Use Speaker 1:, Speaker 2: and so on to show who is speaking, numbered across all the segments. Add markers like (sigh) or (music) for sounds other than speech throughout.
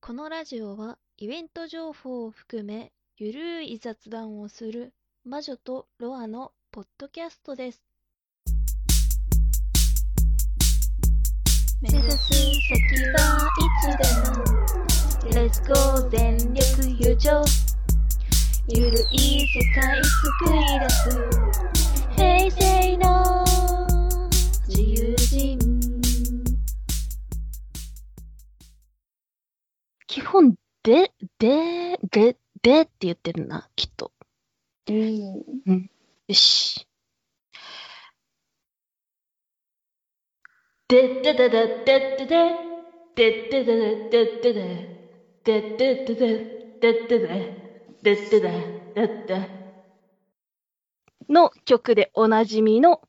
Speaker 1: このラジオはイベント情報を含めゆるい雑談をする魔女とロアのポッドキャストです。目指す先はいつでも Let's go 全力友情ゆるい世界作り出す平成の自由人基本べべべべって言ってるなきっと
Speaker 2: うん。
Speaker 1: よし。でででででででででででででででででででででででの曲でおなじみの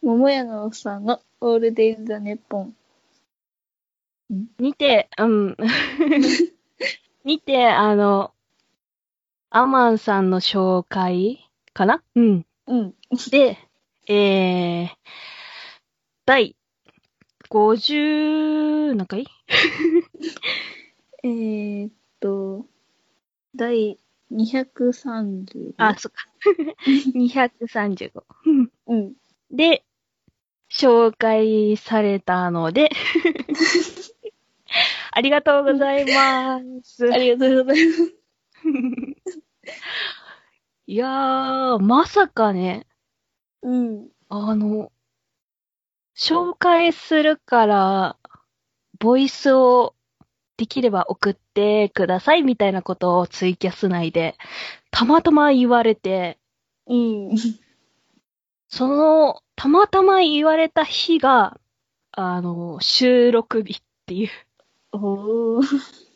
Speaker 2: 桃屋のおっさんのオールデイズ・ザ・ネッポン。
Speaker 1: にて、うん。にて、あの、アマンさんの紹介かなうん。
Speaker 2: うん。
Speaker 1: で、えー、第50何回
Speaker 2: えー、っと、第230。
Speaker 1: あ、、そっ (laughs) か。235。
Speaker 2: うん。
Speaker 1: で、紹介されたので、ありがとうございます。
Speaker 2: ありがとうございます。
Speaker 1: いやー、まさかね、
Speaker 2: うん。
Speaker 1: あの、紹介するから、ボイスをできれば送ってくださいみたいなことをツイキャス内で、たまたま言われて、
Speaker 2: うん。
Speaker 1: その、たまたま言われた日が、あの、収録日っていう。
Speaker 2: おー。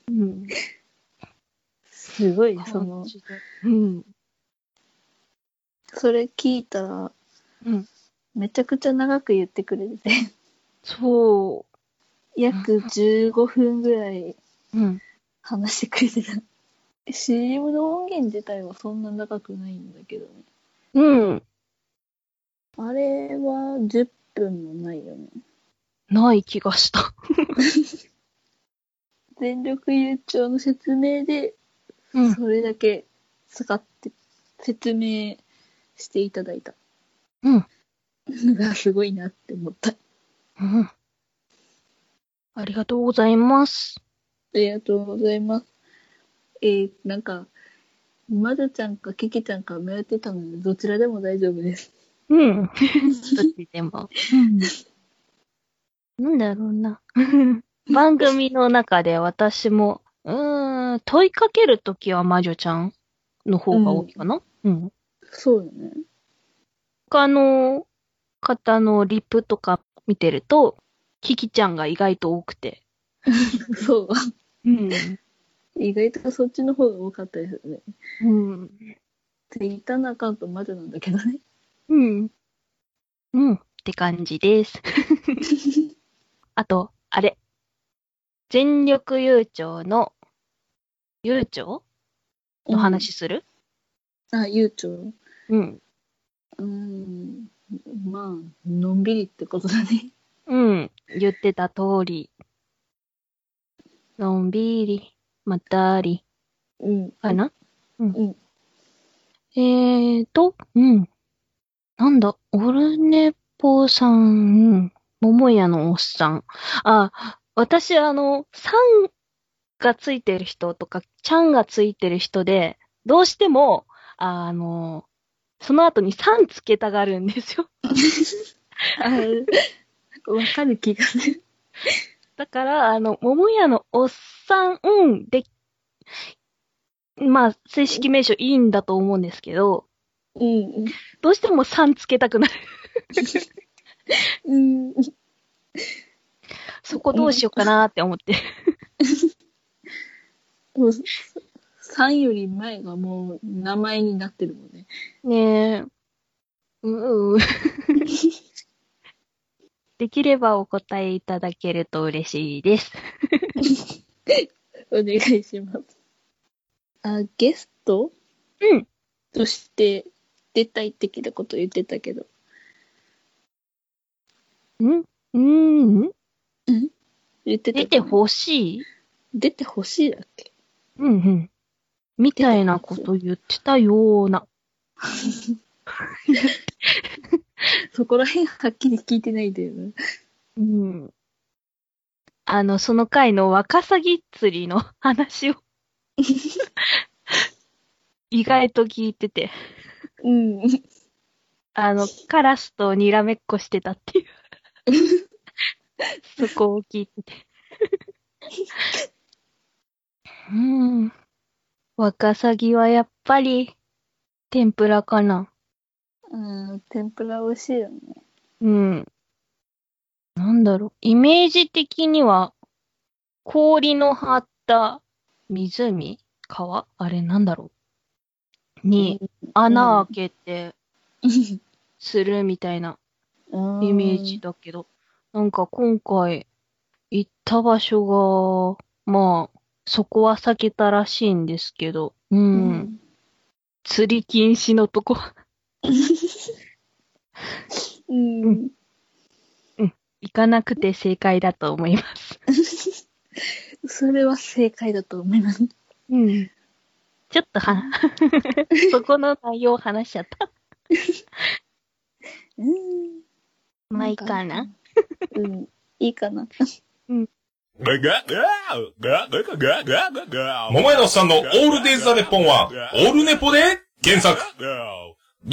Speaker 1: うん。
Speaker 2: すごいね、そ
Speaker 1: その
Speaker 2: の、、
Speaker 1: うん。
Speaker 2: それ聞いたら、
Speaker 1: うん。
Speaker 2: めちゃくちゃ長く言ってくれて (laughs) て、
Speaker 1: そ
Speaker 2: 約15分ぐらい。
Speaker 1: う。うん。
Speaker 2: 話してくれてた。CM の音源自体はそんな長くないんだけどね。
Speaker 1: うん。
Speaker 2: あれは10分もないよね。
Speaker 1: ない気がした。
Speaker 2: 全力優勝の説明で、
Speaker 1: うん。
Speaker 2: それだけ使って説明していただいた
Speaker 1: うん。
Speaker 2: の (laughs) がすごいなって思った。あ
Speaker 1: うん。ありがとうございます。
Speaker 2: りがとうございます。えー、なんか、まずちゃんかキキちゃんか迷ってたので、どちらでも大丈夫です。
Speaker 1: うん。どっちでも。 (laughs) なんだろうな。 (laughs) 番組の中で私も、うーん、問いかけるときは魔女ちゃんの方が多いかな。うん。
Speaker 2: そうよね。
Speaker 1: 他の方のリップとか見てると、キキちゃんが意外と多くて。
Speaker 2: (laughs) そう。
Speaker 1: うん。
Speaker 2: 意外とそっちの方が多かったですよね。
Speaker 1: うん。
Speaker 2: ツイッターのアカウントまだなんだけどね。
Speaker 1: うん。うん。って感
Speaker 2: (laughs)
Speaker 1: じです。あと、あれ。全力悠長の、悠長の話する、
Speaker 2: あ、ゆうちょう。
Speaker 1: うん、
Speaker 2: うーん。まあ、のんびりってことだね。
Speaker 1: うん。言ってた通り。のんびり、まったり、
Speaker 2: うん。
Speaker 1: かなうん
Speaker 2: うん。
Speaker 1: えーと、うん。なんだ、オルネポさん、桃屋のおっさん。あ、私、あの、さんがついてる人とか、ちゃんがついてる人で、どうしても、あの、その後にさんつけたがるんです
Speaker 2: (laughs)
Speaker 1: よ。
Speaker 2: あわかる気がする。
Speaker 1: だから、あの、桃屋のおっさん、うん、で、まあ、正式名称いいんだと思うんですけど、
Speaker 2: うん。
Speaker 1: どうしてもさんつけたくなる。
Speaker 2: うん。
Speaker 1: そこどうしようかなって思って。
Speaker 2: もう、3より前がもう名前になってるもんね。
Speaker 1: ねえ。 (laughs) うんうん。できればお答えいただけると嬉しいです。
Speaker 2: お願いします。あ、ゲスト
Speaker 1: うん。
Speaker 2: として出たい的なこと言ってたけど。
Speaker 1: んうーん。
Speaker 2: 言ってた。
Speaker 1: 出てほしい
Speaker 3: 出てほしいだっけ
Speaker 1: うんうん。みたいなこと言ってたような。
Speaker 3: そこら辺はっきり聞いてないんだよな。
Speaker 1: うん。あの、その回のワカサギ釣りの (laughs) 話を。意外と聞いてて、
Speaker 3: うん。
Speaker 1: あの、カラスとにらめっこしてたって (laughs) いう。そこを聞いてて。 (laughs) うん。ワカサギはやっぱり、天ぷらかな。
Speaker 3: うん、天ぷら美味しいよね。
Speaker 1: うん。なんだろう、イメージ的には、氷の張った湖川あれなんだろうに穴開けてするみたいな
Speaker 3: うん
Speaker 1: イメージ。だけど、なんか今回行った場所が、まあ、そこは避けたらしいんですけど、
Speaker 3: う
Speaker 1: うん、。釣り禁止のとこ。
Speaker 3: うん。
Speaker 1: 行かなくて正解だと思います。
Speaker 3: それは正解だと思います。
Speaker 1: うん。ちょっと (laughs) は、そこの内容を話しちゃった。
Speaker 3: うん。
Speaker 1: まあいいかな。
Speaker 3: うん。いいかな。
Speaker 4: 桃
Speaker 5: 桃
Speaker 4: 屋
Speaker 5: 屋
Speaker 4: の
Speaker 5: の
Speaker 4: お
Speaker 5: お
Speaker 4: っ
Speaker 5: っ
Speaker 4: さ
Speaker 5: さ
Speaker 4: ん
Speaker 5: んの
Speaker 4: のオ
Speaker 5: オ
Speaker 4: ー
Speaker 5: ー
Speaker 4: ル
Speaker 5: ル
Speaker 4: デ
Speaker 5: デ
Speaker 4: イ
Speaker 5: イ
Speaker 4: ズ・
Speaker 5: ズ・ザ・
Speaker 4: ザ・
Speaker 5: ネ
Speaker 4: ネ
Speaker 5: ッ
Speaker 4: ッポ
Speaker 5: ポ
Speaker 4: ン
Speaker 5: ン
Speaker 4: は
Speaker 5: は、
Speaker 4: オ
Speaker 5: オ
Speaker 4: ー
Speaker 5: ー
Speaker 4: ル
Speaker 5: ル
Speaker 4: ネ
Speaker 5: ネ
Speaker 4: ポ
Speaker 5: ポ
Speaker 4: で
Speaker 5: で原
Speaker 4: 原作
Speaker 5: 作。。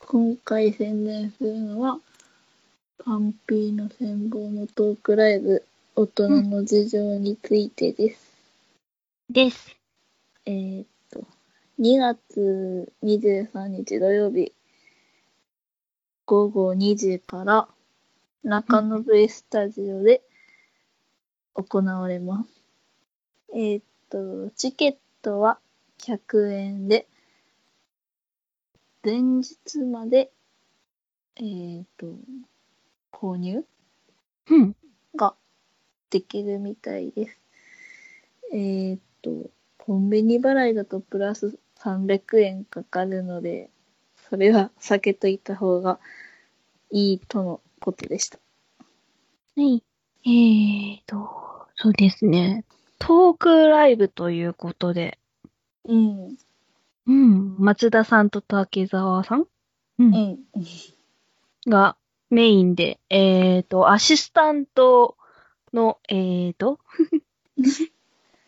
Speaker 3: 今回宣伝するのは、パンピーの戦望のトークライブ、大人の事情についてです。
Speaker 1: です。
Speaker 3: えーっと、2月23日土曜日、午後2時から、中延スタジオで行われます。えーっと、チケットは100円で、前日まで、えーっと、購入
Speaker 1: うん。
Speaker 3: ができるみたいです。えーっと、コンビニ払いだとプラス300円かかるので、それは避けといた方がいいとのことでした。
Speaker 1: はい。えーと、そうですね。トークライブということで、
Speaker 3: うん、
Speaker 1: うん。松田さんと竹澤さん、う、
Speaker 3: うんん、
Speaker 1: がメインで、えーと、アシスタントの、えーと、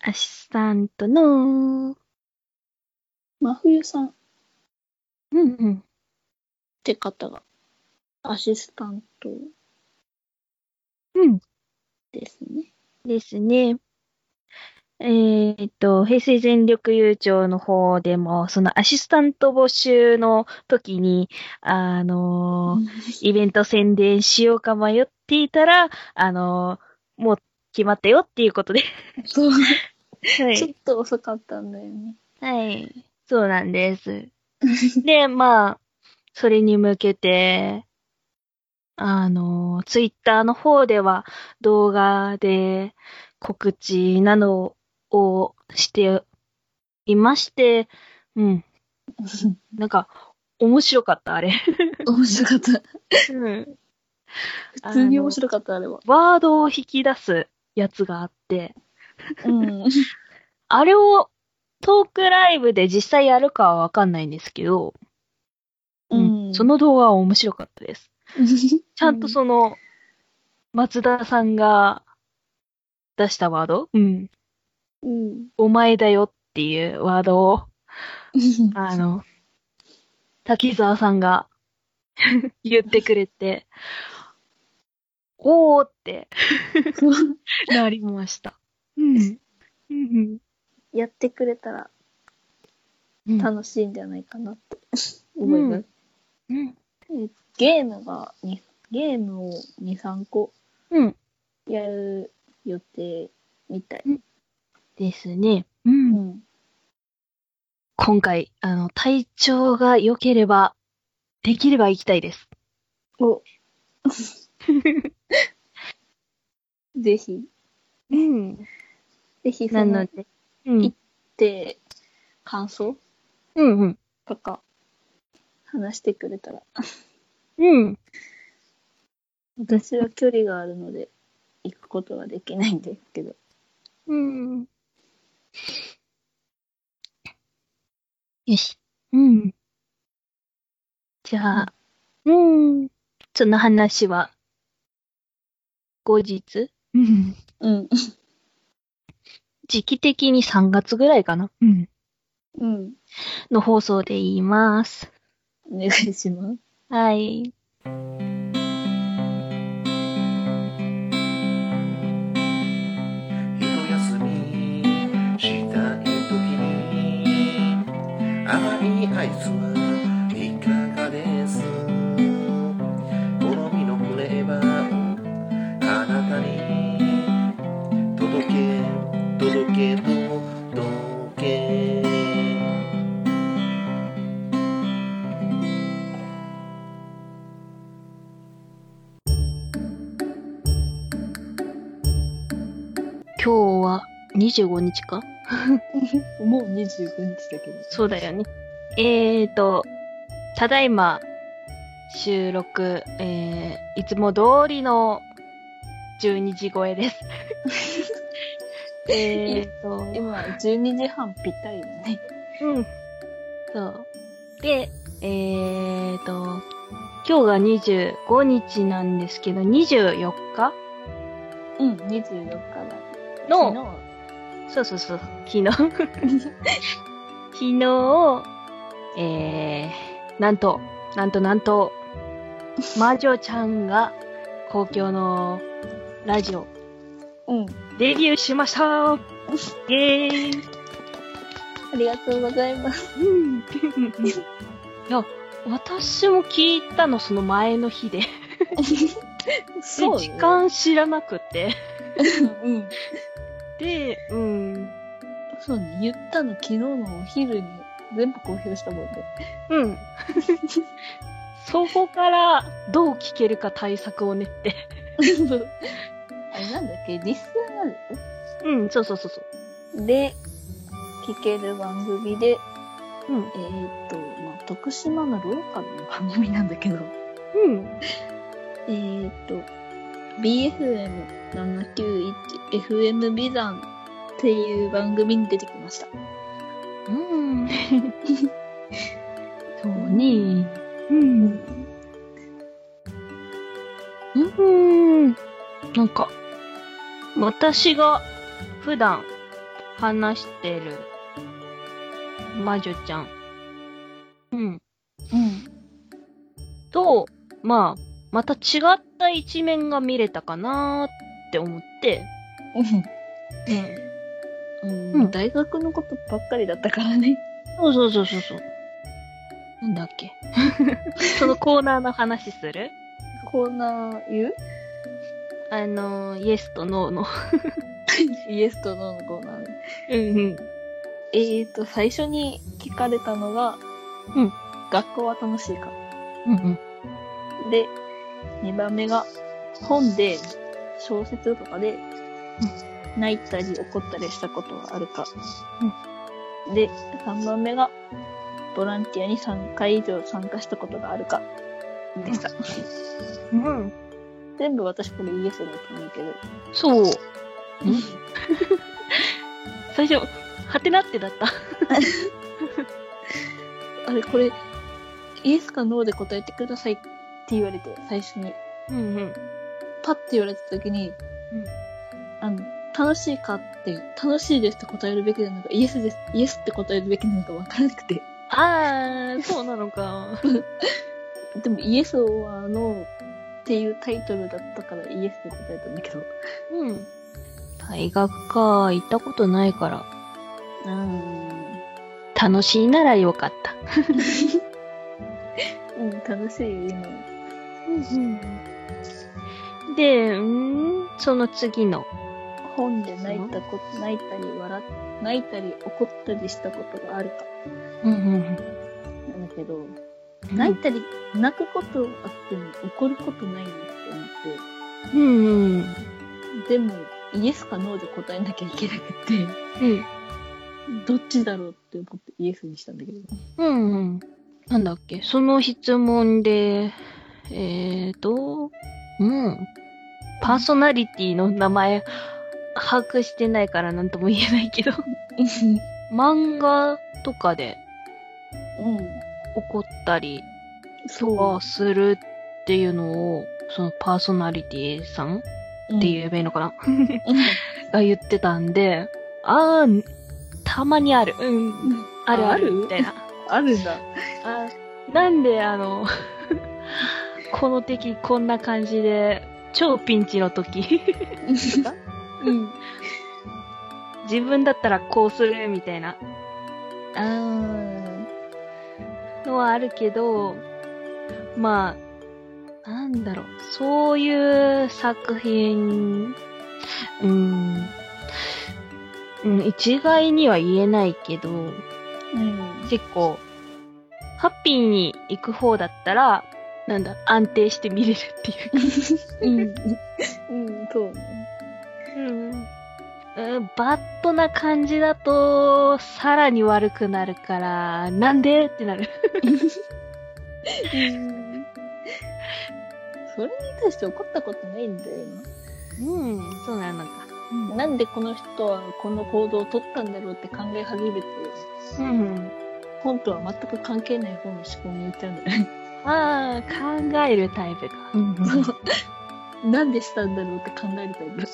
Speaker 1: アシスタントの、
Speaker 3: 真冬さんっ
Speaker 1: うんうん。
Speaker 3: て方がアシスタント
Speaker 1: うん。
Speaker 3: ですね。
Speaker 1: ですね。えーっと、平成全力悠長の方でも、そのアシスタント募集の時に、あのーイベント宣伝しようか迷っていたら、あのーもう決まったよっていうことで。
Speaker 3: そう、
Speaker 1: (laughs) は
Speaker 3: ちょっ。と遅かったんだよね。
Speaker 1: はい。そうなんです。
Speaker 3: (laughs)
Speaker 1: で、まあ、それに向けて、あの、ツイッターの方では動画で告知などをしていまして、
Speaker 3: (laughs)
Speaker 1: うん。なんか、面白かった、あれ。
Speaker 3: 面白かった。
Speaker 1: うん。
Speaker 3: (laughs) 普通に面白かった、あれは。
Speaker 1: ワードを引き出すやつがあって、
Speaker 3: うん。
Speaker 1: あれをトークライブで実際やるかはわかんないんですけど、
Speaker 3: うん (laughs)
Speaker 1: その動画は面白かったです。ち
Speaker 3: ち
Speaker 1: ゃんとその、松田さんが出したワード、うん、
Speaker 3: うん。
Speaker 1: (laughs) お前だよっていうワードを、
Speaker 3: うん
Speaker 1: あの、滝沢さん (laughs) が言ってくれて、おーってなりました。うん。うん
Speaker 3: やってくれたら
Speaker 1: うん。
Speaker 3: 楽しいんじゃないかなって思います。
Speaker 1: うん。
Speaker 3: ゲームがに、ゲームを2、3個
Speaker 1: うん。
Speaker 3: やる予定みたい。
Speaker 1: ですね。うん
Speaker 3: うん。
Speaker 1: 今回、あの、体調が良ければ、できれば行きたいです。
Speaker 3: お。ぜひ、
Speaker 1: うん。
Speaker 3: ぜひ
Speaker 1: な
Speaker 3: その
Speaker 1: の
Speaker 3: っ
Speaker 1: で、うん。
Speaker 3: て感想
Speaker 1: うんうん。
Speaker 3: とか話してくれたら。
Speaker 1: うん。
Speaker 3: 私は距離があるので行くことはできないんですけど。
Speaker 1: うん。よし。うん。じゃあ、うん。その話は、後日うん。
Speaker 3: うん。
Speaker 1: 時期的に3月ぐらいかなうん。
Speaker 3: うん。
Speaker 1: の放送で言います。
Speaker 3: お願いします。
Speaker 1: はい。
Speaker 4: 一休みしたい時に甘いアイスはいかがです好みのフレーバーをあなたに届け届け届け
Speaker 1: 今日は25日か
Speaker 3: もう25日だけど。
Speaker 1: そうだよね。えーと、ただいま、収録、えー、いつも通りの12時超えです。えーと、
Speaker 3: 今、12時半ぴったりだね。
Speaker 1: うん。そう。で、えーと、今日が25日なんですけど、24日
Speaker 3: うん、24日だ。
Speaker 1: の、
Speaker 3: 昨
Speaker 1: そうそうそう、昨日。 (laughs) 昨日、えー、なんと、なんとなんと、魔女ちゃんが公共のラジオ
Speaker 3: 日。うん。
Speaker 1: デビューしましたイェーイ
Speaker 3: ありがとうございます。
Speaker 1: うんいや、私も聞いたのその前の日で。で、時間知らなくて。
Speaker 3: うん。
Speaker 1: で、うん。
Speaker 3: そうね。言ったの昨日のお昼に全部公表したもん (laughs) ね。
Speaker 1: うん。そこからどう聞けるか対策を練って。
Speaker 3: あれなんだっけリスナー
Speaker 1: うん、そうそうそうそう。
Speaker 3: で、聞ける番組で、
Speaker 1: うん。
Speaker 3: えーっと、まあ、徳島のローカルの番組なんだけど、
Speaker 1: うん。
Speaker 3: えーっと、BFM791、FM 美談っていう番組に出てきました。
Speaker 1: うん。そうね。うん。うん。なんか、私が普段話してる魔女ちゃん。うん。
Speaker 3: うん。
Speaker 1: と、まあ、また違った一面が見れたかなーって思って。
Speaker 3: うん。
Speaker 1: うん
Speaker 3: 大学のことばっかりだったからね。
Speaker 1: そうそうそうそうそう。なんだっけ。そのコーナーの話する
Speaker 3: コーナー言う (laughs)
Speaker 1: あの、イエスとノーの。
Speaker 3: イエスとノーのコーナーで。
Speaker 1: うんうん。
Speaker 3: えーっと、最初に聞かれたのが、
Speaker 1: うん
Speaker 3: 学校は楽しいか
Speaker 1: うん
Speaker 3: で、2番目が、本で、小説とかで、泣いたり怒ったりしたことはあるか。で、3番目が、ボランティアに3回以上参加したことがあるか。でした。
Speaker 1: うん。うん。
Speaker 3: 全部私これイエスだと思うけど。
Speaker 1: そう。 (laughs) 最初、はてなってだった。
Speaker 3: あれ、これ、イエスかノーで答えてくださいって言われて、最初に。
Speaker 1: うんうん。
Speaker 3: パッて言われた時に、
Speaker 1: うん
Speaker 3: あの、楽しいかって、楽しいですって答えるべきなのか、イエスです、イエスって答えるべきなのか分からなくて。
Speaker 1: あー、そうなのか。
Speaker 3: でも、イエスはあの、っていうタイトルだったからイエスって答えたんだけど。
Speaker 1: うん。大学か、行ったことないから。
Speaker 3: うん。
Speaker 1: 楽しいならよかった。
Speaker 3: うん、楽しい、今。
Speaker 1: うんうん。で、うんその次の。
Speaker 3: 本で泣いたこと、泣いたり笑っ、泣いたり怒ったりしたことがあるか。
Speaker 1: うんうん
Speaker 3: なんだけど、
Speaker 1: うん
Speaker 3: 泣いたり、泣くことあっても怒ることないなって思って。
Speaker 1: うんうん。
Speaker 3: でも、イエスかノーで答えなきゃいけなくて、
Speaker 1: うん。
Speaker 3: どっちだろうって思ってイエスにしたんだけど。
Speaker 1: うんうん。なんだっけ、その質問で、えーと、うん。パーソナリティの名前、把握してないからなんとも言えないけど。漫画とかで
Speaker 3: うん。
Speaker 1: 怒ったり
Speaker 3: そ
Speaker 1: はするっていうのを、そのパーソナリティさん
Speaker 3: う。
Speaker 1: って言えばいいのかな、が言ってたんで、あー、たまにある。うん
Speaker 3: う。ん。
Speaker 1: あるあ
Speaker 3: あ
Speaker 1: る
Speaker 3: る
Speaker 1: みたいな。
Speaker 3: あるんだ。
Speaker 1: あなんであの、 (laughs) この敵こんな感じで、超ピンチの時、 (laughs)
Speaker 3: うん。
Speaker 1: 自分だったらこうするみたいな
Speaker 3: あー。
Speaker 1: のはあるけど、まあ、なんだろう、そういう作品、うん、うん、一概には言えないけど、
Speaker 3: うん。
Speaker 1: 結構、ハッピーに行く方だったら、なんだ、安定して見れるっていうか
Speaker 3: うん。うん、そうね。
Speaker 1: (laughs) うんうん、バッドな感じだと、さらに悪くなるから、なんでってなる。
Speaker 3: うん。それに対して怒ったことないんだよな。
Speaker 1: うん、そうなのか。うん
Speaker 3: なんでこの人はこの行動を取ったんだろうって考え始めて、
Speaker 1: うん。
Speaker 3: 本とは全く関係ない方の思考に行っちゃうんだよね。
Speaker 1: ああ、考えるタイプか。
Speaker 3: なんでしたんだろうって考えるタイプ。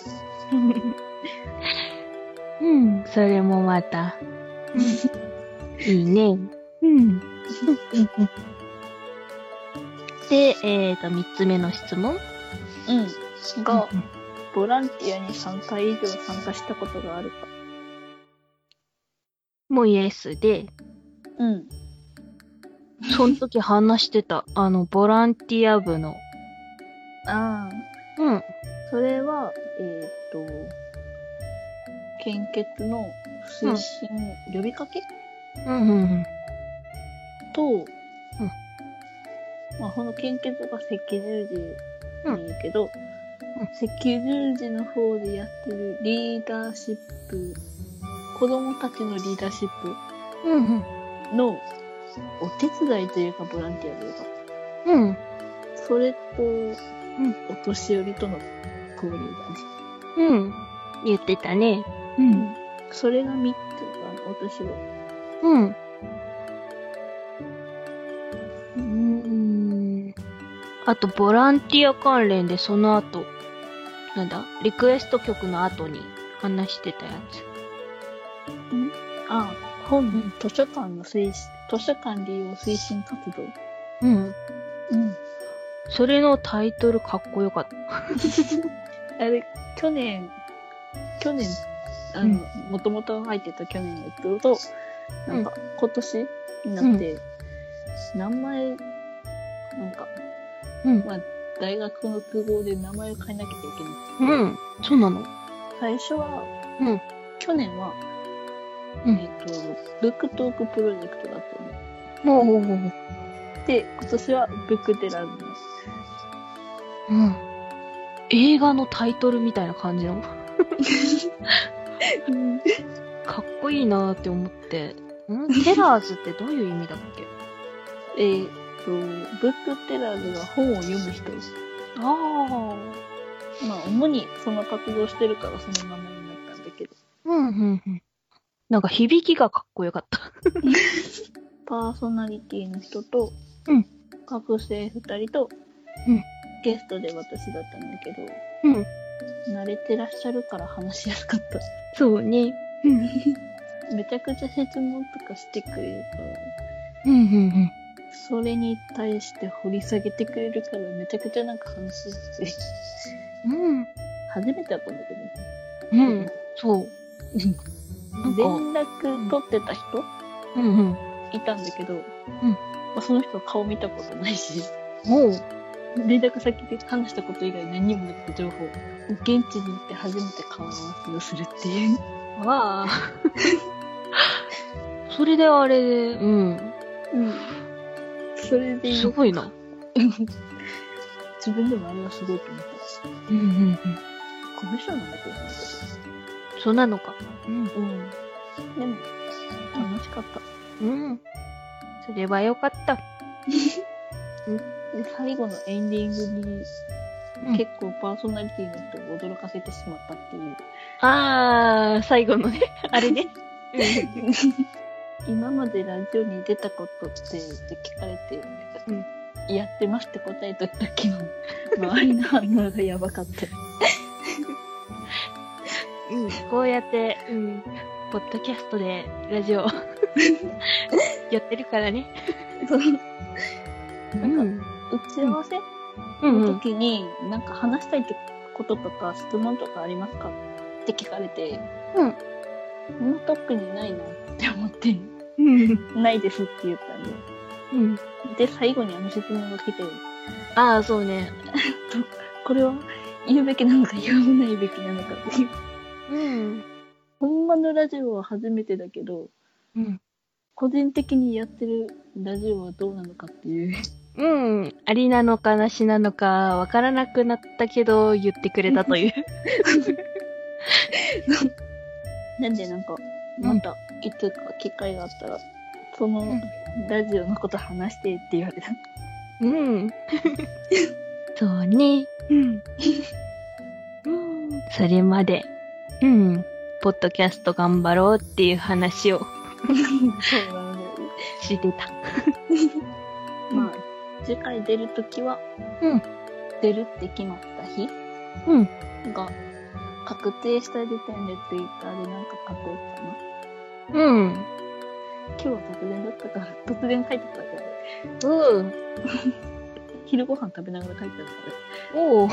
Speaker 1: うん、それもまた。いいね。うん。で、えっ、と、三つ目の質問。
Speaker 3: うん。が、ボランティアに3回以上参加したことがあるか。
Speaker 1: もうイエスで、
Speaker 3: うん。
Speaker 1: その時話してた、あの、ボランティア部の。
Speaker 3: ああ。
Speaker 1: うん。
Speaker 3: それは、えーっと、献血の推進、呼びかけ
Speaker 1: うんうんうん。
Speaker 3: と、まあ、この献血が赤十字にいるけ
Speaker 1: う
Speaker 3: ど、
Speaker 1: ん
Speaker 3: 赤十字の方でやってるリーダーシップ、子供たちのリーダーシップ
Speaker 1: うんうん。
Speaker 3: のお手伝いというかボランティアというか、
Speaker 1: うん。
Speaker 3: それと、
Speaker 1: ん
Speaker 3: お年寄りとの交流だね。
Speaker 1: うん。言ってたね。う。
Speaker 3: それが3つかな、お年寄り。
Speaker 1: うん。うん。あと、ボランティア関連でその後、なんだリクエスト曲の後に話してたや
Speaker 3: あ本、図書館の推進、図書館利用推進活動。
Speaker 1: つ。うん。
Speaker 3: うん。
Speaker 1: それのタイトルかっこよかった。
Speaker 3: あれ、去年、去年、あの、もともと入ってた去年のやつと、なんか、今年になって、名前、なんか、
Speaker 1: うん
Speaker 3: まあ、大学の都合で名前を変えなきゃいけない。
Speaker 1: うん。そうなの
Speaker 3: 最初は、
Speaker 1: うん
Speaker 3: 去年は、
Speaker 1: うん
Speaker 3: えっ、と、ブックトークプロジェクトだったの、
Speaker 1: も
Speaker 3: ね。
Speaker 1: う、うん。
Speaker 3: で、今年はブックテラーズです。
Speaker 1: 映画のタイトルみたいな感じの。かっこいいなーって思って。んテラーズってどういう意味だっけ
Speaker 3: えーっと、ブックテラーズが本を読む人。
Speaker 1: ああ。
Speaker 3: まあ、主にその活動してるからその名前になったんだけど。
Speaker 1: うん、うん、うん。なんか響きがかっこよかった。
Speaker 3: パーソナリティの人と、
Speaker 1: うん
Speaker 3: 学生二人と、
Speaker 1: うん
Speaker 3: ゲストで私だったんだけど、
Speaker 1: うん。
Speaker 3: 慣れてらっしゃるから話しやすかっ
Speaker 1: そうね。うん、
Speaker 3: た。めちゃくちゃ質問とかしてくれるから、
Speaker 1: うん、うん。
Speaker 3: それに対して掘り下げてくれるから、めちゃくちゃなんか話しやすい。
Speaker 1: うん。
Speaker 3: 初めてだったんだけどね。
Speaker 1: うん、そう。なんか
Speaker 3: 連絡取ってた人、
Speaker 1: うん、うん。
Speaker 3: いたんだけど、まあ、その人は顔見たことないし、
Speaker 1: もう。
Speaker 3: 連絡先で話したこと以外何もなくて情報、現地に行って初めて顔合わせをするっていう。
Speaker 1: わあ。 (laughs) それであれで、うん。
Speaker 3: うん。それで、
Speaker 1: す
Speaker 3: 自
Speaker 1: ごいな。
Speaker 3: 分でもあれはすごいと思っ
Speaker 1: うん、うん、
Speaker 3: た。コミュ障なんだけどね
Speaker 1: うん。そうなのか。うん。
Speaker 3: うん。でも、楽しかった。
Speaker 1: うん。それはよかった。
Speaker 3: で、最後のエンディングに、
Speaker 1: うん
Speaker 3: 結構パーソナリティの人を驚かせてしまったっていう。
Speaker 1: あー、最後のね、あれね。
Speaker 3: 今までラジオに出たことってって聞かれて、やってますって答えとったけど、周りの反応がやば
Speaker 1: (laughs)
Speaker 3: かった。
Speaker 1: うん、こうやって、うん、ポッドキャストでラジオ (laughs) やってるからね。
Speaker 3: そう
Speaker 1: う
Speaker 3: なんか、打ち合わせ
Speaker 1: う
Speaker 3: の
Speaker 1: ん、
Speaker 3: 時に、なんか話したいこととか質問とかありますかって聞かれて、
Speaker 1: うん
Speaker 3: うん。特にないなって思って、
Speaker 1: うん、
Speaker 3: ないですって言ったんで。
Speaker 1: うん。
Speaker 3: で、最後にあの質問が来て、
Speaker 1: あー、そうね。
Speaker 3: これは言うべきなのか言わないべきなのかっていう。
Speaker 1: うん。
Speaker 3: ほんまのラジオは初めてだけど、
Speaker 1: うん。
Speaker 3: 個人的にやってるラジオはどうなのかっていう。 (laughs)
Speaker 1: うん。ありなのかなしなのか、わからなくなったけど、言ってくれたという。
Speaker 3: なんでなんか、
Speaker 1: うん
Speaker 3: またいつか機会があったら、その
Speaker 1: ん
Speaker 3: ラジオのこと話してって言われた。
Speaker 1: うん。 (laughs) そうね。うん。それまで、うん。ポッドキャスト頑張ろうっていう話を
Speaker 3: そうなんだよね。
Speaker 1: してた。
Speaker 3: (laughs) まあ、次回出るときは、
Speaker 1: うん
Speaker 3: 出るって決まった日
Speaker 1: うん。
Speaker 3: が、確定した時点でツイッターでなんか書こうかな。
Speaker 1: うん。
Speaker 3: 今日は突然だったから、突然書いてたから、
Speaker 1: うん。
Speaker 3: 昼ご飯食べながら書いてたから。
Speaker 1: お (laughs) お。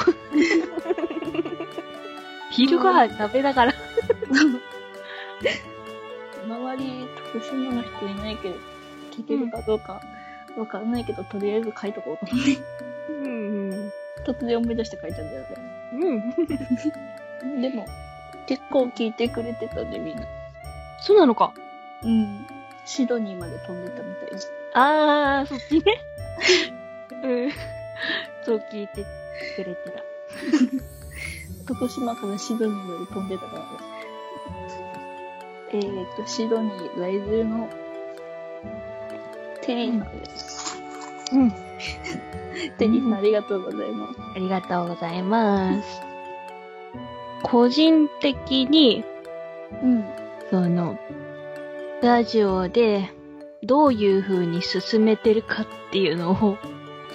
Speaker 1: 昼ご飯食べながら。
Speaker 3: 周り徳島の人いないけど聞けるかどうかわからないけど、とりあえず書いとこうと思
Speaker 1: うん。
Speaker 3: って突然思い出して書いたんだよ
Speaker 1: うん。
Speaker 3: ねでも結構聞いてくれてたねみんな
Speaker 1: そうなのか。
Speaker 3: うんシドニーまで飛んでたみたいです
Speaker 1: あー、そっちね。 (laughs) うん。そう聞いてくれてた。
Speaker 3: 徳島からシドニーまで飛んでたからねえー、っとシドニー在住のテリーさんです、 (laughs)
Speaker 1: うん。
Speaker 3: テリーさんありがとうございます
Speaker 1: ありがとうございます。個人的に、
Speaker 3: うん
Speaker 1: その、ラジオでどういう風に進めてるかっていうのを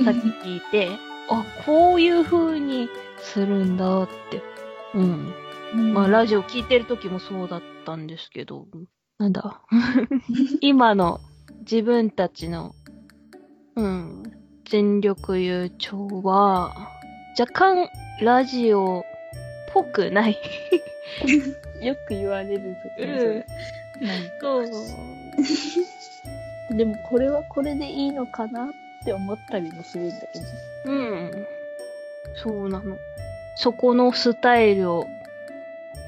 Speaker 1: さっき聞いて、あ、こういう風にするんだって。うん。まあ、ラジオ聞いてる時もそうだったんですけど、なん (laughs) だ。今の自分たちの、うん、全力優勝は、若干ラジオっぽくない。
Speaker 3: よく言われると
Speaker 1: うんそう。
Speaker 3: でもこれはこれでいいのかなって思ったりもするんだけど。
Speaker 1: うん。そうなの。そこのスタイルを、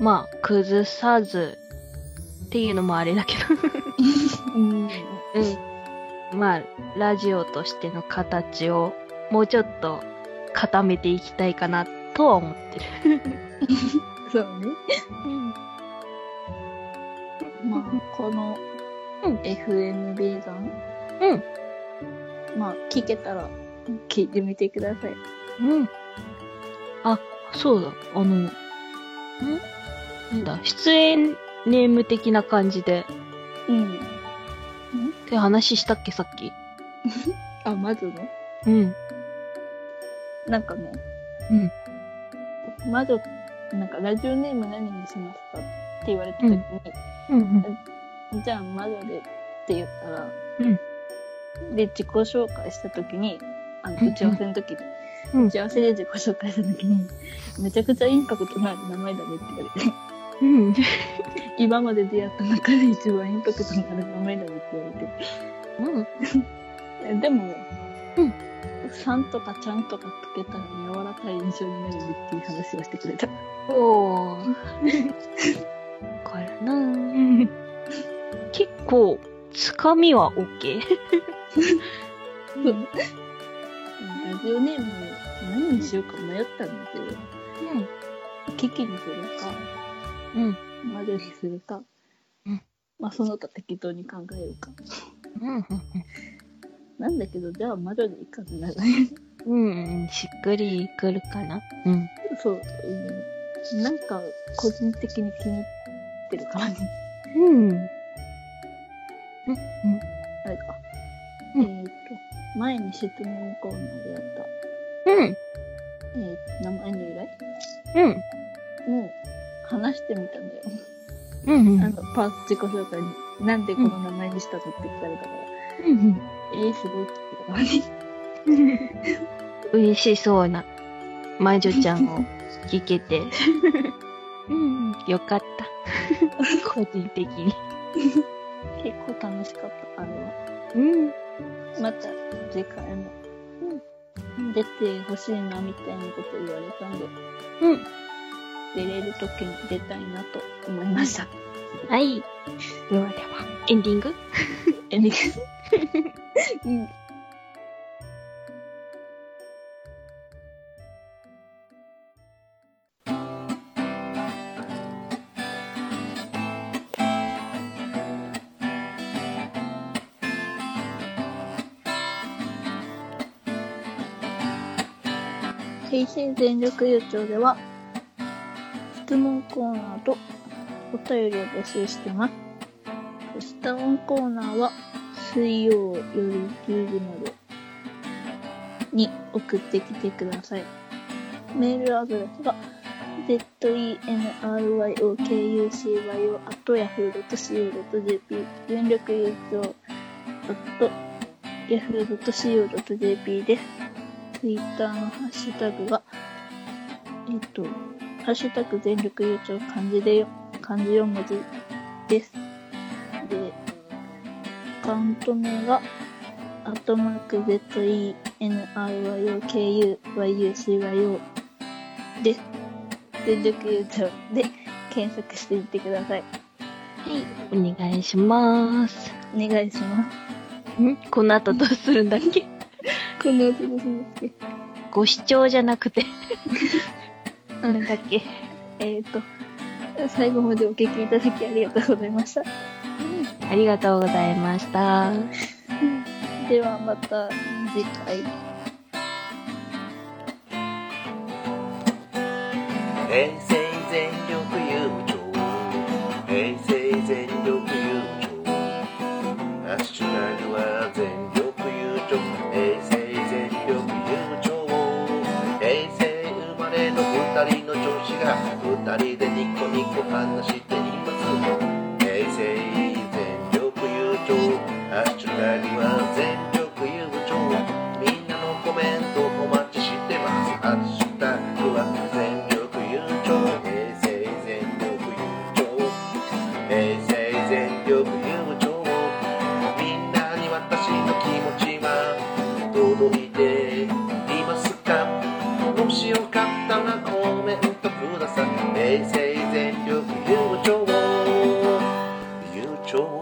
Speaker 1: まあ、崩さず、っていうのもあれだけど。
Speaker 3: うん。
Speaker 1: うん。まあ、ラジオとしての形をもうちょっと固めていきたいかなとは思ってる。
Speaker 3: そうね。
Speaker 1: うん。
Speaker 3: まあ、この
Speaker 1: うん
Speaker 3: FM ビーガン、
Speaker 1: うん。
Speaker 3: まあ、聞けたら聞いてみてください。
Speaker 1: うん。あ、そうだ。あの、んなんだ、出演ネーム的な感じで、
Speaker 3: う
Speaker 1: っ
Speaker 3: ん。
Speaker 1: て話したっけ、さっき。
Speaker 3: あ、まずの
Speaker 1: うん。
Speaker 3: なんかね、
Speaker 1: うん。
Speaker 3: まず、なんかラジオネーム何にしますかって言われた時に、
Speaker 1: うん
Speaker 3: じゃあまずでって言ったら、で、自己紹介した時に、あ
Speaker 1: うんう
Speaker 3: の、
Speaker 1: ん
Speaker 3: 打ち合わせの時に、
Speaker 1: うん
Speaker 3: 打ち合わせで自己紹介した時に、めちゃくちゃインパクトのある名前だねって言われて、
Speaker 1: う
Speaker 3: (laughs)
Speaker 1: ん。うん。
Speaker 3: 今まで出会った中で一番インパクトのある名前だねって言わ
Speaker 1: うん。
Speaker 3: れて。でも、
Speaker 1: うん
Speaker 3: さんとかちゃんとかつけたら柔らかい印象になるねっていう話をしてくれた。
Speaker 1: おー。からなうん結構、つかみは OK。
Speaker 3: そうラジオネーム何にしようか迷ったんだけど、キキにするか、
Speaker 1: うん。うん。
Speaker 3: 魔女にするか、
Speaker 1: うん
Speaker 3: まあその他適当に考えるか。
Speaker 1: うんうんうん
Speaker 3: なんだけど、じゃあ魔女でいいかってなるね。 (laughs)
Speaker 1: うん、しっくりくるかな。うん。
Speaker 3: そう、うん。なんか、個人的に気に入ってる感じ。
Speaker 1: うん。うん。
Speaker 3: あれか。
Speaker 1: うん
Speaker 3: えっと、前に質問コーナーでやった、
Speaker 1: うん。
Speaker 3: えー名前の由来
Speaker 1: うん。
Speaker 3: もう話してみたんだよ。
Speaker 1: うん。うん。う
Speaker 3: あ
Speaker 1: ん
Speaker 3: の、パーツ自己紹介に、なんでこの名前にしたのって聞かれたから、
Speaker 1: うん。
Speaker 3: えー、すごい (laughs) って言ったからね。
Speaker 1: 嬉しそうな、魔女ちゃんを聞けて。うん。よかった。個人的に。
Speaker 3: 結構楽しかった、あれは。
Speaker 1: うん。
Speaker 3: また次回も、出てほしいなみたいなこと言われたんで、
Speaker 1: うん。
Speaker 3: 出れる時に出たいなと思いました。
Speaker 1: はい。ではでは、エンディング
Speaker 3: エンディングうん平成全力優勝では質問コーナーとお便りを募集してます。スタウンコーナーは水曜夜10時までに送ってきてください。メールアドレスが zenryokucyo.yahoo.co.jp 全力優勝 .yahoo.co.jp です。ツイッターのハッシュタグが、えっと、ハッシュタグ全力優勝漢字でよ、漢字4文字です。で、アカウント名が、アットマーク ZENRYOKUYUCYO です。全力優勝で検索してみてください。
Speaker 1: はい。お願いします。
Speaker 3: お願いします。
Speaker 1: んこの後どうするんだっけ
Speaker 3: この音ですね。
Speaker 1: ご視聴じゃなくて。なんだっけ
Speaker 3: えっ、と、最後までお聞きいただきありがとうございました。
Speaker 1: ありがとうございました。
Speaker 3: ではまた次回。
Speaker 4: 平成全力優勝平成全力優勝ハッシュタグは全力優勝平成全力優勝平成生まれの二人の調子が二人でニコニコ話しています平成全力優勝ハッシュタグは全力優勝みんなのコメントお待ちしてます。ハッシュタグは全力優勝。平成全力優勝。平成全力優勝。みんなに私の気持ちは届いていますかもしよかったらコメントください。平成全力優勝。優勝。